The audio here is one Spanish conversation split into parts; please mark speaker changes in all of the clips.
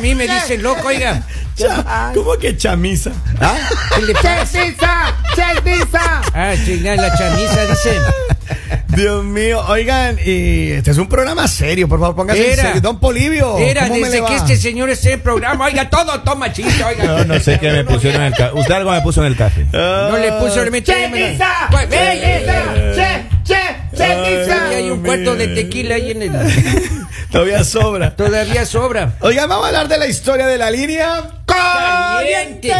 Speaker 1: mí me dicen loco, oiga.
Speaker 2: Cha- ¿Cómo que chamisa?
Speaker 1: ¿Ah? ¿Qué le pasa?
Speaker 3: ¡Chesnisa! ¡Chesnisa!
Speaker 1: Ah, chingada, la chamisa, dice.
Speaker 2: Dios mío, oigan, y este es un programa serio, por favor, pónganse en
Speaker 1: Era.
Speaker 2: serio. Don Polivio,
Speaker 1: Era,
Speaker 2: Oh, ¿cómo me le
Speaker 1: desde
Speaker 2: va?
Speaker 1: que este señor esté en programa, oiga, todo toma chiste, oiga.
Speaker 4: Yo no sé qué me pusieron en el café. Usted algo me puso en el café.
Speaker 1: No le puso el
Speaker 3: ¡Chesnisa!
Speaker 1: Pues, ve, ve, ve.
Speaker 3: ¡Chesnisa! ¡Chesnisa!
Speaker 1: Todavía hay un
Speaker 2: Dios
Speaker 1: cuarto de
Speaker 2: mío.
Speaker 1: tequila ahí en el.
Speaker 2: Todavía sobra.
Speaker 1: Todavía sobra.
Speaker 2: Oigan, vamos a hablar de la historia de la línea.
Speaker 1: Caliente.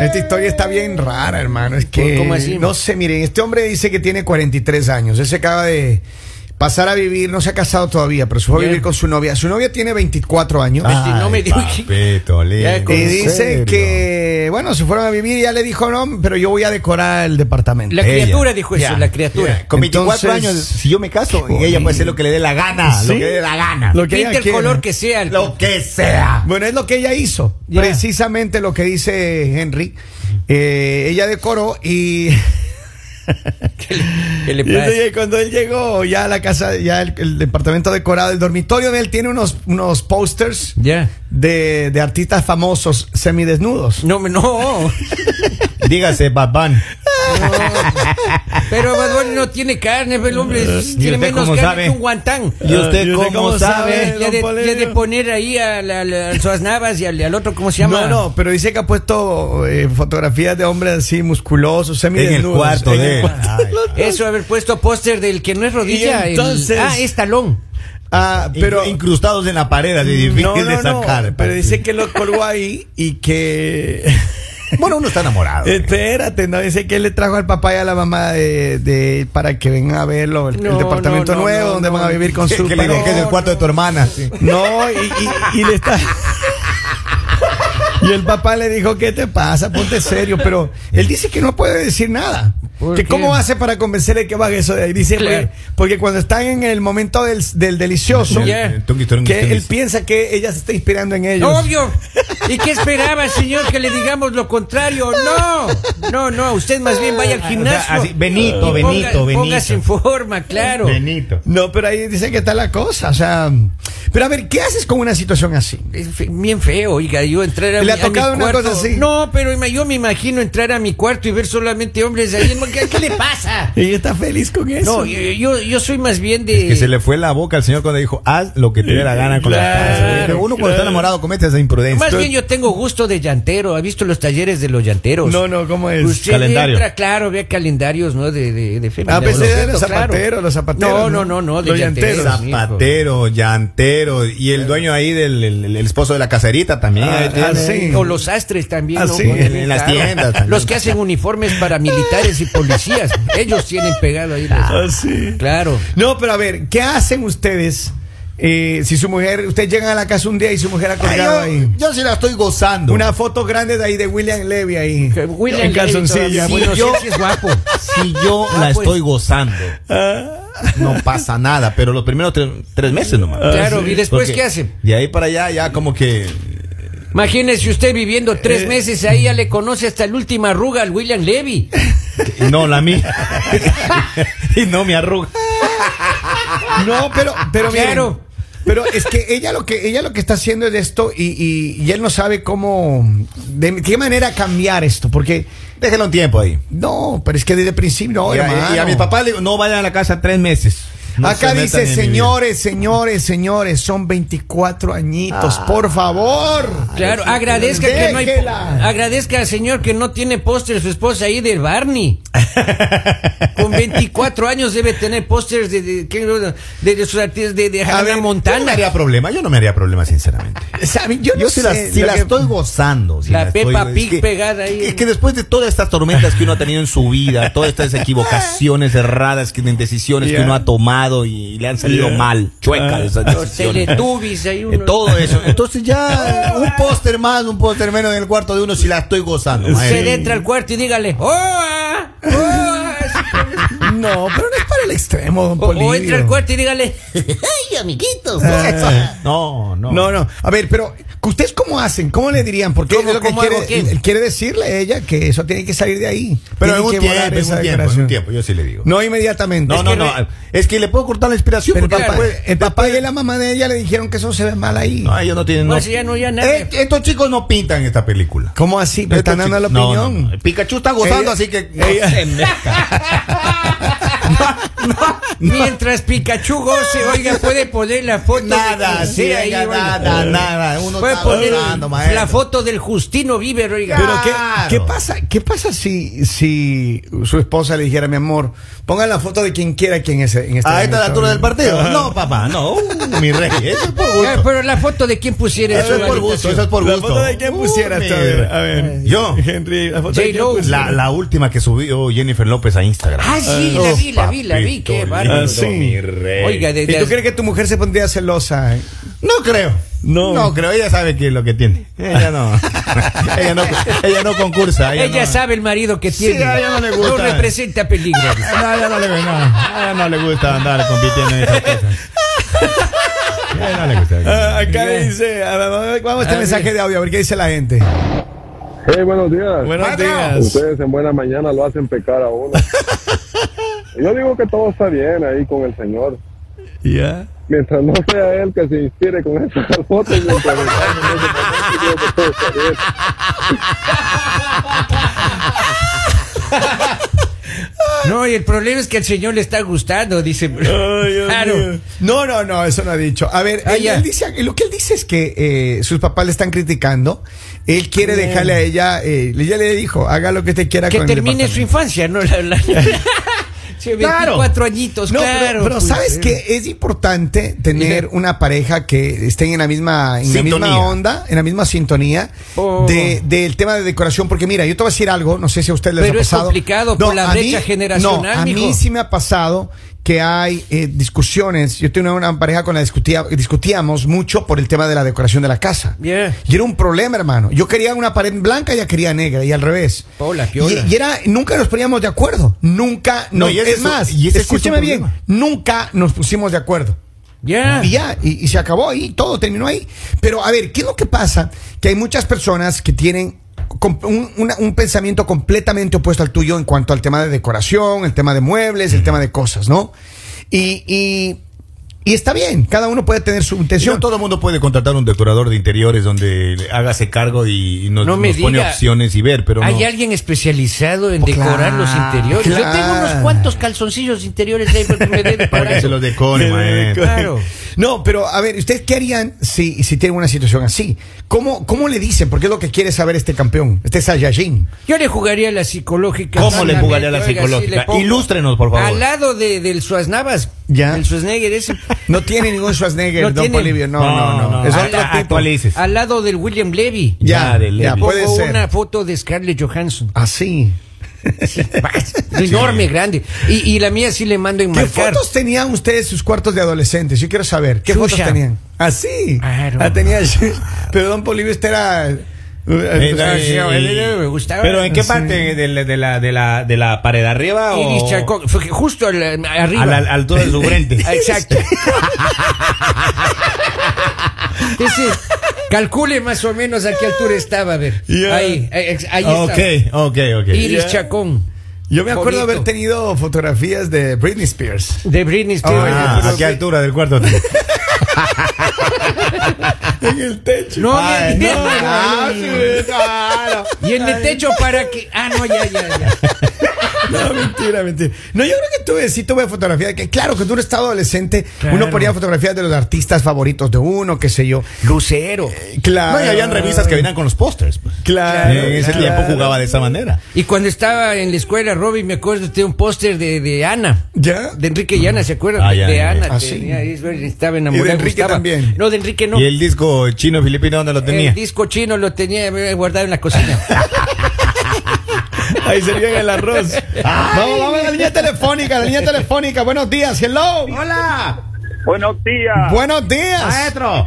Speaker 2: Esta historia está bien rara, hermano. Es que.
Speaker 1: ¿Cómo así?
Speaker 2: No sé, miren, este hombre dice que tiene 43 años. Él se acaba de pasar a vivir, no se ha casado todavía, pero se fue a
Speaker 1: Bien.
Speaker 2: vivir con su novia. Su novia tiene 24 años.
Speaker 1: Ah, no me dijo que-
Speaker 4: papito lindo.
Speaker 1: Ya, con-
Speaker 2: Y
Speaker 4: ¿En
Speaker 2: dice
Speaker 4: serio?
Speaker 2: que, bueno, se fueron a vivir y ya le dijo, no, pero yo voy a decorar el departamento.
Speaker 1: La
Speaker 4: Ella.
Speaker 1: criatura dijo eso,
Speaker 2: Ya,
Speaker 1: la criatura.
Speaker 4: Con 24
Speaker 2: Entonces-
Speaker 4: años, si yo me caso, y ella puede ser lo que le dé la gana. Lo
Speaker 2: Sí.
Speaker 4: que le dé la gana.
Speaker 2: Lo que
Speaker 1: Pinta
Speaker 2: ella
Speaker 1: el
Speaker 2: quiere.
Speaker 1: color que sea. el-
Speaker 4: Lo que sea.
Speaker 2: Bueno, es lo que ella hizo.
Speaker 1: Ya.
Speaker 2: Precisamente lo que dice Henry. Eh, ella decoró y,
Speaker 1: que le
Speaker 2: y
Speaker 1: pasa.
Speaker 2: entonces cuando él llegó ya a la casa, ya el, el departamento decorado, el dormitorio de él tiene unos, unos posters
Speaker 1: Ya.
Speaker 2: de, de artistas famosos semidesnudos.
Speaker 1: No, me- no.
Speaker 4: Dígase, Babán.
Speaker 1: Pero Bad Bunny no tiene carne, pues, el hombre
Speaker 4: ¿Y
Speaker 1: tiene
Speaker 4: usted
Speaker 1: menos
Speaker 4: cómo
Speaker 1: carne
Speaker 4: sabe?
Speaker 1: que un guantán.
Speaker 4: ¿Y usted
Speaker 2: ¿y usted
Speaker 4: cómo,
Speaker 2: Ah, cómo
Speaker 4: sabe?
Speaker 2: sabe?
Speaker 1: Ya
Speaker 2: don
Speaker 1: de,
Speaker 2: Polillo.
Speaker 1: ya de poner ahí a, la- la- a sus navas y al, al otro, ¿cómo se llama?
Speaker 2: No, no, pero dice que ha puesto eh, fotografías de hombres así musculosos, semidesnudos.
Speaker 4: En el cuarto
Speaker 2: en el
Speaker 4: de él.
Speaker 2: cuarto.
Speaker 4: Ay.
Speaker 1: Eso, haber puesto póster del que no es rodilla.
Speaker 2: Y
Speaker 1: el-
Speaker 2: entonces-
Speaker 1: ah, es talón.
Speaker 2: Ah, pero
Speaker 4: Incru- incrustados en la pared, así difícil
Speaker 2: no,
Speaker 4: de
Speaker 2: no, no,
Speaker 4: sacar.
Speaker 2: pero dice que lo colgó ahí y que
Speaker 4: Bueno, uno está enamorado.
Speaker 2: Este,
Speaker 4: eh.
Speaker 2: Espérate, no dice que él le trajo al papá y a la mamá de, de- para que vengan a verlo el, el
Speaker 1: No,
Speaker 2: departamento
Speaker 1: no, no,
Speaker 2: nuevo
Speaker 1: no,
Speaker 2: donde
Speaker 1: no.
Speaker 2: van a vivir con
Speaker 4: Que-
Speaker 2: su
Speaker 4: que le digo
Speaker 2: pareja.
Speaker 4: que es el cuarto de tu hermana. sí.
Speaker 2: No, y, y- y le está Y el papá le dijo, "¿Qué te pasa? Ponte serio", pero él dice que no puede decir nada.
Speaker 1: ¿Por
Speaker 2: Que
Speaker 1: qué?
Speaker 2: cómo hace para convencerle que baje eso de ahí. Dice,
Speaker 1: Claro.
Speaker 2: "Porque- porque cuando están en el momento del, del delicioso,
Speaker 1: Ya.
Speaker 4: El- el tunguis, tunguis,
Speaker 2: que él
Speaker 4: tunguis.
Speaker 2: piensa que ella se está inspirando en ellos.
Speaker 1: Obvio. ¿Y qué esperaba, señor, que le digamos lo contrario? No, no, no. Usted más bien vaya al
Speaker 4: O sea,
Speaker 1: gimnasio.
Speaker 4: así, Benito,
Speaker 1: y ponga-
Speaker 4: Benito, Benito.
Speaker 1: Póngase en forma, claro.
Speaker 4: Benito.
Speaker 2: No, pero ahí dice que está la cosa, o sea, pero a ver, ¿qué haces con una situación así?
Speaker 1: Es fe- bien feo, oiga, yo entrar a
Speaker 2: ¿Le
Speaker 1: mi,
Speaker 2: ha
Speaker 1: a mi
Speaker 2: tocado una
Speaker 1: cuarto.
Speaker 2: cosa así?
Speaker 1: No, pero ima- yo me imagino entrar a mi cuarto y ver solamente hombres ahí. ¿no? ¿Qué, qué le pasa?
Speaker 2: Ella está feliz con eso.
Speaker 1: No, yo, yo, yo soy más bien de.
Speaker 4: Que se le fue la boca al señor cuando dijo, haz lo que te dé la gana con
Speaker 1: Claro,
Speaker 4: las paredes. Pero uno cuando está enamorado comete esa imprudencia.
Speaker 1: Más bien yo tengo gusto de llantero. ¿Ha visto los talleres de los llanteros?
Speaker 2: no, no, ¿cómo es?
Speaker 1: Usted
Speaker 4: Calendario.
Speaker 1: entra, claro, ve calendarios, ¿no? De, de, de
Speaker 2: Ah,
Speaker 1: femeninas,
Speaker 2: pensé
Speaker 1: ¿no?
Speaker 2: eran los
Speaker 1: Claro.
Speaker 2: zapateros, los zapateros.
Speaker 1: No, no, no, no, de
Speaker 2: los
Speaker 1: llanteros.
Speaker 2: llanteros.
Speaker 1: mijo.
Speaker 4: Zapatero, llantero y el dueño ahí del el, el esposo de la caserita también.
Speaker 2: Ah,
Speaker 4: Ahí tiene-
Speaker 2: ah, sí.
Speaker 1: O los astres también.
Speaker 2: Ah,
Speaker 1: ¿no?
Speaker 2: sí, en-
Speaker 4: en las tiendas también.
Speaker 1: Los que hacen uniformes para militares y policías. Ellos tienen pegado ahí. los-
Speaker 2: Ah, sí.
Speaker 1: Claro.
Speaker 2: No, pero a ver, ¿qué hacen ustedes eh, si su mujer, ustedes llegan a la casa un día y su mujer ha
Speaker 4: Ay,
Speaker 2: colgado
Speaker 4: yo,
Speaker 2: ahí?
Speaker 4: yo sí la estoy gozando.
Speaker 2: Una foto grande de ahí de William Levy ahí.
Speaker 1: Que William
Speaker 2: en calzoncilla.
Speaker 1: Levy todavía,
Speaker 4: Sí,
Speaker 1: bueno,
Speaker 4: yo-
Speaker 1: sí, sí es guapo.
Speaker 4: Si yo
Speaker 1: Ah,
Speaker 4: la
Speaker 1: pues.
Speaker 4: estoy gozando, no pasa nada, pero los primeros tres, tres meses nomás.
Speaker 1: Claro, ¿y después
Speaker 4: Porque
Speaker 1: qué hace?
Speaker 4: De ahí para allá, ya como que.
Speaker 1: Imagínese usted viviendo
Speaker 2: Eh.
Speaker 1: tres meses ahí, ya le conoce hasta la última arruga al William Levy.
Speaker 4: que- No, la mía. y no me arruga.
Speaker 2: No, pero, pero miren,
Speaker 1: Claro.
Speaker 2: Pero es que ella lo que ella lo que está haciendo es esto y, y- y él no sabe cómo, de qué manera cambiar esto, porque
Speaker 4: Déjelo un tiempo ahí.
Speaker 2: no, pero es que desde el principio, no,
Speaker 4: y, a,
Speaker 2: hermano.
Speaker 4: y a mi papá le digo, no vayan a la casa tres meses. No
Speaker 2: Acá
Speaker 4: se metan
Speaker 2: dice,
Speaker 4: en mi vida.
Speaker 2: señores, señores, señores, son 24 añitos,
Speaker 4: Ah.
Speaker 2: por favor.
Speaker 1: Claro, agradezca que no hay.
Speaker 2: Déjela.
Speaker 1: Agradezca al señor que no tiene póster su esposa ahí del Barney. Con 24 años debe tener pósters de, de, ¿qué? de, de sus artistas de, de Hannah
Speaker 2: ver,
Speaker 4: Yo no me
Speaker 1: Montana.
Speaker 4: haría problema, yo no me haría problema, sinceramente.
Speaker 2: ¿Sabe? Yo, no
Speaker 4: Yo si la,
Speaker 2: sé,
Speaker 4: si
Speaker 2: lo
Speaker 4: la
Speaker 2: que-
Speaker 4: estoy gozando. si
Speaker 1: La
Speaker 4: estoy-
Speaker 1: Peppa
Speaker 4: es
Speaker 1: Pig
Speaker 4: que-
Speaker 1: pegada ahí.
Speaker 4: Es que después de todas estas tormentas que uno ha tenido en su vida, todas estas equivocaciones erradas, que, decisiones
Speaker 2: Yeah.
Speaker 4: que uno ha tomado y, le han salido
Speaker 2: Yeah.
Speaker 4: mal, chuecas
Speaker 2: Ah.
Speaker 4: esas
Speaker 1: Los
Speaker 4: decisiones.
Speaker 1: Teletubbies ahí
Speaker 4: Eh,
Speaker 1: uno.
Speaker 4: todo eso. Entonces ya un póster más, un póster menos en el cuarto de uno si la estoy gozando.
Speaker 1: Usted
Speaker 4: maestro.
Speaker 1: entra al cuarto y dígale, ¡Oh! ah, oh, ah", así como-
Speaker 2: No, pero no es para el extremo, don
Speaker 1: O, o
Speaker 2: Polibio.
Speaker 1: entra al cuarto y dígale.
Speaker 4: ¡Ay, amiguitos! No, no.
Speaker 2: No, no. A ver, pero ¿ustedes cómo hacen? ¿Cómo le dirían? Porque
Speaker 1: ¿Cómo,
Speaker 2: es lo que
Speaker 1: cómo hago
Speaker 2: quiere,
Speaker 1: qué?
Speaker 2: él quiere decirle a ella que eso tiene que salir de ahí.
Speaker 4: Pero
Speaker 2: Tiene
Speaker 4: en un
Speaker 2: que
Speaker 4: tiempo,
Speaker 2: volar
Speaker 4: es
Speaker 2: esa
Speaker 4: un tiempo, es
Speaker 2: declaración.
Speaker 4: un tiempo, yo sí le digo.
Speaker 2: No inmediatamente.
Speaker 4: No, no, no. Es que le puedo cortar la inspiración
Speaker 2: Pero el
Speaker 4: porque
Speaker 2: papá,
Speaker 4: después-
Speaker 2: el papá y la mamá de ella le dijeron que eso se ve mal ahí.
Speaker 4: No, ellos no tienen.
Speaker 1: No,
Speaker 4: no-
Speaker 1: si ya no, ya nada.
Speaker 4: Eh, estos chicos no pintan esta película.
Speaker 2: ¿Cómo así? Me están
Speaker 4: Estos
Speaker 2: dando la
Speaker 4: chicos- no,
Speaker 2: opinión.
Speaker 4: no, no. Pikachu está gozando,
Speaker 2: Ella-
Speaker 4: así que. no se mezcla.
Speaker 1: Mientras Pikachu goce, oiga, puede poner la foto. de
Speaker 4: nada,
Speaker 1: quien
Speaker 4: sí,
Speaker 1: sea
Speaker 4: oiga,
Speaker 1: oiga.
Speaker 4: nada, nada. Uno
Speaker 1: Puede
Speaker 4: está
Speaker 1: poner
Speaker 4: gozando, maestro.
Speaker 1: la foto del Justino Bieber, oiga.
Speaker 2: Pero ¿qué,
Speaker 4: Claro.
Speaker 2: qué pasa, qué pasa si, si su esposa le dijera, mi amor, pongan la foto de quien quiera quien es en este
Speaker 4: A esta
Speaker 2: momento"?
Speaker 4: altura del partido.
Speaker 2: Ajá.
Speaker 4: No, papá, no. Uh, mi rey, eso es por
Speaker 1: Ah,
Speaker 4: gusto.
Speaker 1: pero la foto de quién pusiera en
Speaker 4: Eso
Speaker 1: su
Speaker 4: es Eh, por gusto,
Speaker 1: habitación.
Speaker 4: eso es por
Speaker 2: la
Speaker 4: gusto.
Speaker 2: foto de quien
Speaker 4: Uh,
Speaker 2: pusiera.
Speaker 4: mi
Speaker 2: está bien. a
Speaker 4: rey.
Speaker 2: ver,
Speaker 4: Yo.
Speaker 2: Henry, la foto de quien
Speaker 1: J-Lo.
Speaker 2: pusiera.
Speaker 4: pues, La, la última que subió Jennifer López a Instagram.
Speaker 1: Ah, sí, la vi, la vi, la vi, qué
Speaker 4: Papito
Speaker 1: bárbaro.
Speaker 4: lindo,
Speaker 2: Ah, sí.
Speaker 4: mi rey.
Speaker 1: Oiga, de-
Speaker 2: ¿Y tú crees que tu mujer se pondría celosa?
Speaker 4: No creo.
Speaker 2: No.
Speaker 4: No creo, ella sabe que es lo que tiene. Ella no. ella, no ella no concursa. Ella,
Speaker 1: Ella
Speaker 4: no,
Speaker 1: sabe el marido que
Speaker 4: Sí,
Speaker 1: tiene.
Speaker 4: a ella no le gusta.
Speaker 1: representa peligro.
Speaker 4: No, a ella no le, no, a ella no le gusta andar compitiendo en esas cosas. A ella no le gusta.
Speaker 2: Eh, acá
Speaker 1: Bien.
Speaker 2: dice, a ver, vamos a este
Speaker 1: Ah,
Speaker 2: mensaje de audio, a ver qué dice la gente.
Speaker 5: Hey, buenos días.
Speaker 2: Buenos días.
Speaker 5: Ustedes en buena mañana lo hacen pecar a uno. Yo digo que todo está bien ahí con el Señor.
Speaker 2: Ya.
Speaker 5: Mientras no sea él que se inspire con esas fotos. mientras me están en ese momento, yo creo que todo está bien.
Speaker 1: No, y el problema es que al señor le está gustando, dice. claro.
Speaker 2: No, no, no, eso no ha dicho. A ver,
Speaker 1: Ah,
Speaker 2: él-
Speaker 1: ya.
Speaker 2: él dice- lo que él dice es que eh, sus papás le están criticando. Él quiere dejarle a ella, eh, ella le dijo, haga lo que usted quiera
Speaker 1: Que
Speaker 2: con el
Speaker 1: termine su
Speaker 2: departamento".
Speaker 1: infancia, ¿no? La, la- Sí, 24 añitos,
Speaker 2: No, pero-
Speaker 1: claro.
Speaker 2: pero,
Speaker 1: pues,
Speaker 2: sabes
Speaker 1: eh.
Speaker 2: que es importante tener una pareja que estén en la misma, en la misma
Speaker 4: Sintonía.
Speaker 2: onda, en la misma sintonía
Speaker 1: Oh.
Speaker 2: de- del tema de decoración. Porque mira, yo te voy a decir algo, no sé si a ustedes les
Speaker 1: Pero
Speaker 2: ha
Speaker 1: es
Speaker 2: pasado.
Speaker 1: complicado por la
Speaker 2: a
Speaker 1: brecha generacional,
Speaker 2: no, a mí
Speaker 1: mijo.
Speaker 2: sí me ha pasado que hay eh, discusiones. Yo tenía una pareja con la discutía, discutíamos mucho por el tema de la decoración de la casa.
Speaker 1: Bien.
Speaker 2: Y era un problema, hermano. Yo quería una pared blanca, ella quería negra y al revés.
Speaker 1: Paula,
Speaker 2: y,
Speaker 1: piola.
Speaker 2: y era nunca nos poníamos de acuerdo. Nunca
Speaker 4: No,
Speaker 2: no, y
Speaker 4: y ese
Speaker 2: es
Speaker 4: es-
Speaker 2: más,
Speaker 4: y ese es que es
Speaker 2: escúcheme
Speaker 4: un
Speaker 2: bien,
Speaker 4: problema. Ah.
Speaker 2: nunca nos pusimos de acuerdo.
Speaker 1: Ya.
Speaker 2: Y ya, y, y se acabó ahí, todo terminó ahí. Pero a ver, ¿qué es lo que pasa? Que hay muchas personas que tienen com- un, una- un pensamiento completamente opuesto al tuyo en cuanto al tema de decoración, el tema de muebles, el tema de cosas, ¿no? Y, y, y está bien, cada uno puede tener su
Speaker 4: Y no
Speaker 2: intención.
Speaker 4: todo el mundo puede contratar un decorador de interiores donde le- hágase cargo y, y nos,
Speaker 1: No me
Speaker 4: nos pone
Speaker 1: diga.
Speaker 4: opciones y ver, pero
Speaker 1: Hay
Speaker 4: no.
Speaker 1: alguien especializado en
Speaker 2: Pues
Speaker 1: decorar
Speaker 2: claro,
Speaker 1: los interiores. Yo tengo
Speaker 2: claro.
Speaker 1: unos cuantos calzoncillos interiores ahí porque me den
Speaker 4: Para que se los decore, maestro.
Speaker 1: Claro.
Speaker 2: No, pero a ver, ¿ustedes qué harían si, si tienen una situación así? ¿Cómo, ¿Cómo le dicen? Porque es lo que quiere saber este campeón, este Saiyajin.
Speaker 1: Yo le jugaría a la psicológica.
Speaker 4: ¿Cómo le jugaría a la
Speaker 1: Oiga, sí,
Speaker 4: psicológica?
Speaker 1: le pongo-
Speaker 4: Ilústrenos, por favor.
Speaker 1: Al lado de, del Suaznavas.
Speaker 2: Ya.
Speaker 1: El Suaznegger ese.
Speaker 2: No tiene ningún Schwarzenegger,
Speaker 1: No
Speaker 2: don
Speaker 1: tiene.
Speaker 2: Polivio. No, no, no.
Speaker 4: no,
Speaker 2: Es
Speaker 4: no,
Speaker 2: otro
Speaker 4: a-
Speaker 2: tipo.
Speaker 4: actualices.
Speaker 1: Al lado del William Levy.
Speaker 2: Ya,
Speaker 4: Ya, del-
Speaker 2: ya,
Speaker 4: del-
Speaker 2: puede
Speaker 1: Pongo
Speaker 2: ser. Ah,
Speaker 1: una foto de Scarlett Johansson.
Speaker 2: Así.
Speaker 1: Enorme, grande. Y, y la mía sí le mando a
Speaker 2: ¿Qué
Speaker 1: enmarcar.
Speaker 2: fotos tenían ustedes sus cuartos de adolescentes? Yo quiero saber. ¿Qué
Speaker 1: Chucha.
Speaker 2: fotos tenían? Así.
Speaker 1: Claro.
Speaker 2: La tenía Pero don Polivio, este era.
Speaker 4: Eh, no,
Speaker 1: sí,
Speaker 4: eh,
Speaker 1: eh, me gustaba.
Speaker 4: Pero en qué
Speaker 2: Sí.
Speaker 4: parte de la, de la, de la, de la pared arriba
Speaker 1: Iris
Speaker 4: o
Speaker 1: Charcot, fue que justo al- arriba.
Speaker 4: a la altura de su frente.
Speaker 1: Ah, Exacto. Ese, calcule más o menos a qué altura estaba, a ver.
Speaker 2: Yeah.
Speaker 1: Ahí, eh, ex- ahí
Speaker 4: Ok, ok, ok.
Speaker 1: estaba. Iris
Speaker 2: yeah.
Speaker 1: Chacón.
Speaker 2: Yo me acuerdo
Speaker 1: Bonito.
Speaker 2: haber tenido fotografías de Britney Spears.
Speaker 1: De Britney Spears.
Speaker 4: Ah,
Speaker 1: Pero-
Speaker 4: ¿A qué altura del cuarto?
Speaker 2: en el techo.
Speaker 1: No,
Speaker 4: Ay,
Speaker 1: bien,
Speaker 4: no,
Speaker 1: bien.
Speaker 4: ah, sí, claro.
Speaker 1: Y en el techo para que. Ah, no, ya, ya, ya.
Speaker 2: No, mentira, mentira. No, yo creo que tuve, sí tuve fotografías. Que, claro, que tú eres estado adolescente,
Speaker 1: Claro.
Speaker 2: uno ponía fotografías de los artistas favoritos de uno, qué sé yo.
Speaker 1: Lucero.
Speaker 2: Claro.
Speaker 4: No, y habían revistas que venían con los pósters. pues.
Speaker 2: Claro,
Speaker 4: En ese
Speaker 2: claro.
Speaker 4: tiempo jugaba de esa manera.
Speaker 1: Y cuando estaba en la escuela, Robin, me acuerdo, tenía un póster de, de Ana.
Speaker 2: ¿Ya?
Speaker 1: De Enrique y Ana, ¿se acuerdan?
Speaker 4: Ah, ya,
Speaker 1: de
Speaker 4: ya, ya.
Speaker 1: Ana.
Speaker 2: Ah,
Speaker 1: tenía
Speaker 2: sí.
Speaker 1: ahí, estaba enamorada.
Speaker 2: Y de Enrique
Speaker 1: gustaba.
Speaker 2: también.
Speaker 1: No, de Enrique no.
Speaker 4: Y el disco chino filipino, ¿dónde lo tenía?
Speaker 1: El disco chino lo tenía eh, guardado en la cocina.
Speaker 2: Ahí servían el arroz.
Speaker 4: Ah,
Speaker 2: Vamos, vamos a la línea telefónica, la línea telefónica. Buenos días, hello.
Speaker 4: ¡Hola!
Speaker 6: Buenos días.
Speaker 2: Buenos días.
Speaker 4: ¡Maestro!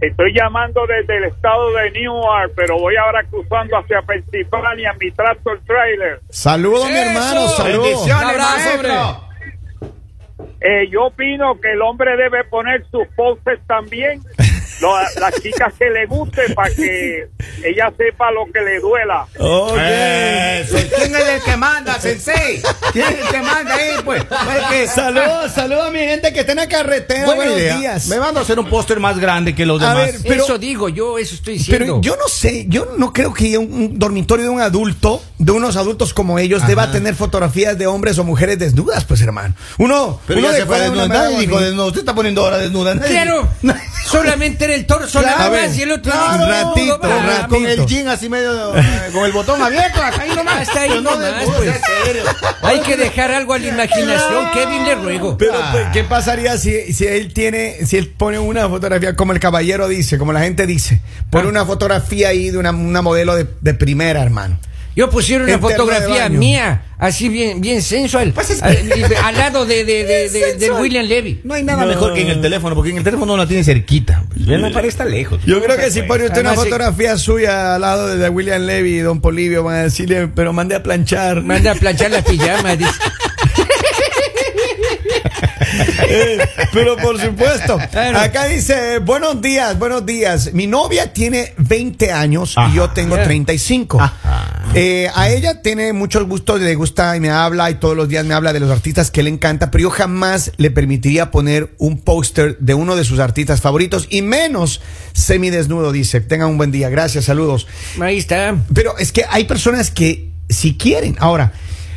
Speaker 6: Estoy llamando desde el estado de Newark, pero voy ahora cruzando hacia Pensilvania en mi tractor trailer.
Speaker 2: Saludos, mi hermano.
Speaker 1: Eso.
Speaker 2: Saludos.
Speaker 1: Un abrazo,
Speaker 4: maestro.
Speaker 6: Eh, yo opino que el hombre debe poner sus poses también, lo- las chicas que le guste, para que ella sepa lo que le duela.
Speaker 2: Ok.
Speaker 4: Eso.
Speaker 3: ¿Quién es el que manda, Sensei? ¿Quién es el que manda ahí, pues? Porque
Speaker 4: Eh, Saludos, saludos a mi gente que está en la carretera.
Speaker 2: Buena
Speaker 4: Buenos
Speaker 2: idea.
Speaker 4: días.
Speaker 2: Me
Speaker 4: mando a hacer un póster más grande que los
Speaker 2: A
Speaker 4: demás.
Speaker 2: ver, pero-
Speaker 1: eso digo yo, eso estoy
Speaker 2: Pero
Speaker 1: diciendo.
Speaker 2: yo no sé, yo no creo que un, un dormitorio de un adulto, de unos adultos como ellos, deba tener fotografías de hombres o mujeres desnudas, pues hermano. Uno,
Speaker 4: Pero
Speaker 2: uno
Speaker 4: ya se
Speaker 2: dejó
Speaker 4: fue
Speaker 2: de
Speaker 4: desnuda.
Speaker 2: una manera
Speaker 4: Nadie dijo
Speaker 2: bonita.
Speaker 4: desnuda. Usted está poniendo ahora desnuda. Nadie-
Speaker 1: Claro, solamente en el torso nada
Speaker 2: Claro.
Speaker 1: más y el otro
Speaker 2: Claro,
Speaker 1: dijo,
Speaker 4: Un
Speaker 1: no,
Speaker 4: ratito,
Speaker 1: no,
Speaker 4: un
Speaker 1: va,
Speaker 4: ratito. Con el
Speaker 2: amigo.
Speaker 4: jean así medio. eh, Con el botón abierto. Hasta ahí nomás.
Speaker 1: Hasta ahí
Speaker 4: Pero no
Speaker 1: nomás,
Speaker 4: desnuda,
Speaker 1: pues.
Speaker 4: en serio.
Speaker 1: Hay que dejar algo a la imaginación, Kevin, le ruego.
Speaker 2: Pero,
Speaker 4: Ah.
Speaker 2: pues, ¿qué pasaría si, si él tiene, si él pone una fotografía, como el caballero dice, como la gente dice, pone una fotografía ahí de una, una modelo de, de primera, hermano?
Speaker 1: Yo pusieron una
Speaker 2: El terno de
Speaker 1: fotografía
Speaker 2: baño.
Speaker 1: mía, así bien, bien sensual, al, al lado de, de, de- de- de William Levy.
Speaker 4: No hay nada mejor que en el teléfono, porque en el teléfono no la tiene cerquita. Pues,
Speaker 7: no parece estar lejos.
Speaker 2: Yo creo que si pone usted una
Speaker 1: Además, sí.
Speaker 2: fotografía suya al lado de, de William Levy y Don Polivio, van a decirle, pero mande a planchar.
Speaker 1: Manda a planchar las pijamas, dice.
Speaker 2: Eh, Pero por supuesto, acá dice, buenos días, buenos días. Mi novia tiene 20 años y yo tengo 35. Eh, a ella tiene mucho gusto, le gusta y me habla y todos los días me habla de los artistas que le encanta, pero yo jamás le permitiría poner un póster de uno de sus artistas favoritos y menos semidesnudo, dice. Tengan un buen día, gracias, saludos.
Speaker 1: Ahí está.
Speaker 2: Pero es que hay personas que si quieren. Ahora,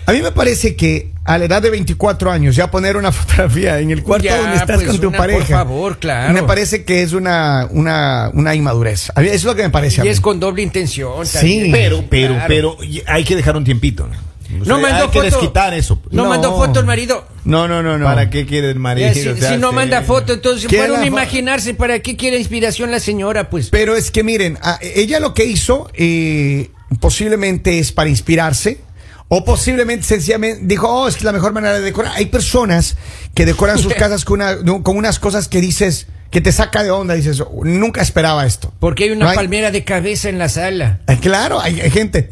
Speaker 2: a mí me parece que a la edad de 24 años ya poner una fotografía en el cuarto
Speaker 1: Ya,
Speaker 2: donde estás
Speaker 1: pues,
Speaker 2: con tu
Speaker 1: una,
Speaker 2: pareja.
Speaker 1: por favor, claro.
Speaker 2: Me parece que es una, una, una inmadurez. A mí eso es lo que me parece. a
Speaker 1: Y
Speaker 2: mí.
Speaker 1: es con doble intención.
Speaker 2: Sí.
Speaker 1: también.
Speaker 4: Pero, pero,
Speaker 1: Claro.
Speaker 4: pero, y hay que dejar un tiempito. ¿no? O sea,
Speaker 1: No mandó
Speaker 4: hay que
Speaker 1: foto.
Speaker 4: desquitar eso. pues.
Speaker 1: No,
Speaker 2: No.
Speaker 1: mandó foto el marido.
Speaker 2: No, no, no, no.
Speaker 4: ¿Para qué quiere el marido?
Speaker 1: Ya, si,
Speaker 4: O sea,
Speaker 1: si no
Speaker 4: sí.
Speaker 1: manda foto, entonces
Speaker 2: ¿Quién
Speaker 1: fueron
Speaker 2: la
Speaker 1: a
Speaker 2: fo-
Speaker 1: imaginarse para qué quiere inspiración la señora, pues.
Speaker 2: Pero es que miren, a- ella lo que hizo eh, posiblemente es para inspirarse. O posiblemente sencillamente dijo, oh, es que la mejor manera de decorar. Hay personas que decoran sus casas con, una- con unas cosas que dices, que te saca de onda, dices, nunca esperaba esto.
Speaker 1: Porque hay una
Speaker 2: No hay-
Speaker 1: palmera de cabeza en la sala.
Speaker 2: Eh, Claro, hay, hay gente.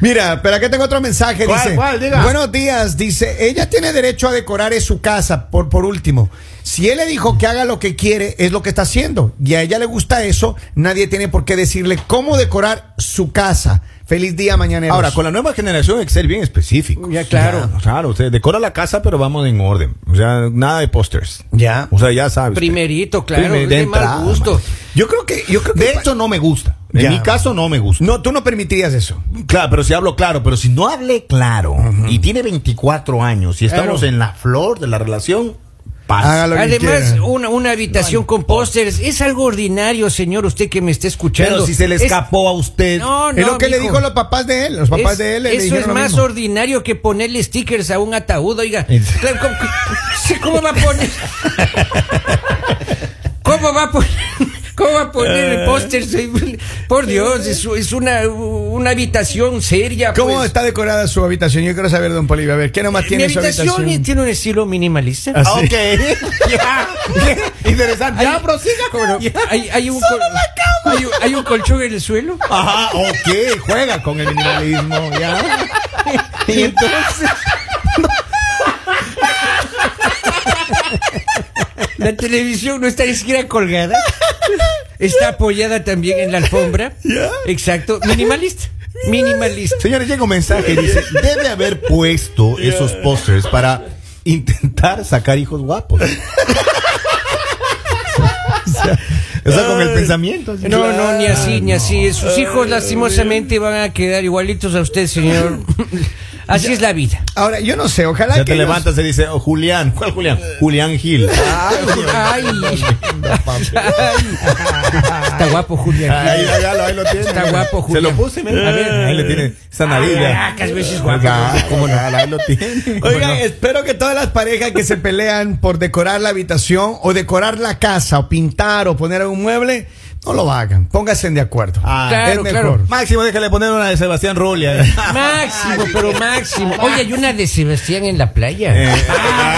Speaker 2: Mira, pero aquí tengo otro mensaje.
Speaker 4: ¿Cuál,
Speaker 2: dice,
Speaker 4: cuál? Diga.
Speaker 2: Buenos días, dice, ella tiene derecho a decorar en su casa, por, por último. Si él le dijo que haga lo que quiere, es lo que está haciendo. Y a ella le gusta eso, nadie tiene por qué decirle cómo decorar su casa. Feliz día mañana.
Speaker 4: Ahora, con la nueva generación hay que ser bien específico.
Speaker 1: Ya, claro.
Speaker 4: claro, usted decora la casa, pero vamos en orden. O sea, nada de posters.
Speaker 2: Ya.
Speaker 4: O sea, ya sabes.
Speaker 1: Primerito, claro,
Speaker 4: Primer-
Speaker 1: es de mal
Speaker 4: entrada,
Speaker 1: gusto.
Speaker 4: man.
Speaker 2: Yo creo que, yo creo que.
Speaker 4: De hecho, no me gusta.
Speaker 2: Ya.
Speaker 4: En mi caso, no me gusta.
Speaker 2: no, tú no permitirías eso.
Speaker 4: Claro, pero si hablo claro, pero si no hablé claro y tiene 24 años y estamos
Speaker 1: Claro.
Speaker 4: en la flor de la relación, pasa.
Speaker 2: Hágalo. lo que
Speaker 1: Además,
Speaker 2: quiera.
Speaker 1: una, una habitación con pósters es algo ordinario, señor, usted que me está escuchando.
Speaker 4: Pero si se le
Speaker 1: Es-
Speaker 4: escapó a usted.
Speaker 1: No,
Speaker 2: es lo que le
Speaker 1: mijo.
Speaker 2: dijo a los papás de él. Los papás
Speaker 1: Es-
Speaker 2: de él. le
Speaker 1: eso es
Speaker 2: dijeron lo
Speaker 1: más
Speaker 2: mismo.
Speaker 1: ordinario que ponerle stickers a un ataúd, oiga.
Speaker 4: Es-
Speaker 1: Claro, ¿cómo, sí, cómo va a poner? ¿Cómo va a poner? ¿Cómo va a poner
Speaker 2: Ah.
Speaker 1: el póster? Sí, Por Dios, es, es una, una habitación seria.
Speaker 2: ¿Cómo
Speaker 1: pues.
Speaker 2: está decorada su habitación? Yo quiero saber, don Polivio. A ver, ¿qué nomás
Speaker 1: Mi
Speaker 2: tiene su
Speaker 1: habitación,
Speaker 2: habitación?
Speaker 1: tiene un estilo minimalista.
Speaker 4: Ah, Ok. Ya. Interesante. Ya,
Speaker 1: Hay-
Speaker 4: prosiga.
Speaker 1: ¿cómo no?
Speaker 4: Ya.
Speaker 1: Hay, hay un col- hay un- hay un colchón en el suelo.
Speaker 4: Ajá, ok. Juega con el minimalismo. Ya.
Speaker 1: Y entonces. La televisión no está ni siquiera colgada. Está apoyada también en la alfombra. Exacto. Minimalista. Minimalista.
Speaker 4: Señores, llega un mensaje. Dice: Debe haber puesto esos pósters para intentar sacar hijos guapos. o, sea, o sea, con el pensamiento. así.
Speaker 1: No, no, ni así, ni así. Sus hijos lastimosamente van a quedar igualitos a usted, señor. Así es la vida.
Speaker 2: Ahora, yo no sé, ojalá
Speaker 4: Ya
Speaker 2: que.
Speaker 4: te
Speaker 2: los-
Speaker 4: levantas y dice: oh, Julián. ¿Cuál Julián? Julián Gil.
Speaker 1: Ay. Ay. Está guapo,
Speaker 4: Ahí,
Speaker 1: Julián.
Speaker 4: ahí, ahí lo- ahí lo tiene.
Speaker 1: Está guapo,
Speaker 4: Se
Speaker 1: Julián.
Speaker 4: lo puse, mira.
Speaker 1: A ver.
Speaker 4: ahí le tiene esa nariz. ya.
Speaker 1: Ah, que es veces guapo.
Speaker 4: Ah, cómo no, ahí lo tiene.
Speaker 2: Oigan, espero que todas las parejas que se pelean por decorar la habitación o decorar la casa o pintar o poner un mueble, no lo hagan. Pónganse de acuerdo.
Speaker 4: Ah,
Speaker 1: Claro,
Speaker 2: es
Speaker 1: claro.
Speaker 2: mejor.
Speaker 4: Máximo, déjale poner una de Sebastián Rulli. ahí.
Speaker 1: Máximo, pero máximo. máximo. Oye, hay una de Sebastián en la playa.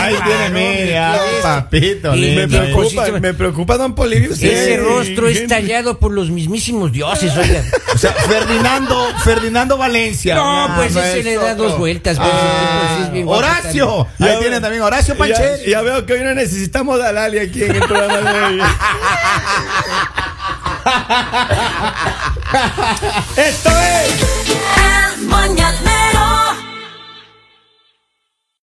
Speaker 4: Eh, ay, tiene mira,
Speaker 1: ¿qué es?
Speaker 4: papito.
Speaker 1: Y
Speaker 4: lindo,
Speaker 1: me
Speaker 4: ahí.
Speaker 1: preocupa-
Speaker 2: me preocupa, don Polivio. usted.
Speaker 1: Ese rostro es tallado por los mismísimos dioses, oiga.
Speaker 4: O sea, Fernando, Ferdinando Valencia.
Speaker 1: No, pues
Speaker 2: Ah,
Speaker 4: no
Speaker 1: ese
Speaker 4: es
Speaker 1: le da
Speaker 4: otro.
Speaker 1: dos vueltas. pues,
Speaker 4: Ah,
Speaker 1: sí, pues, sí, es bien guapo
Speaker 4: Horacio.
Speaker 1: también.
Speaker 2: Ya
Speaker 4: Ahí
Speaker 2: ve-
Speaker 4: tiene también Horacio
Speaker 2: Ya,
Speaker 4: Pancheri.
Speaker 2: ya veo que hoy no necesitamos a Lali aquí en el programa de hoy.
Speaker 4: Esto es.
Speaker 7: El mañanero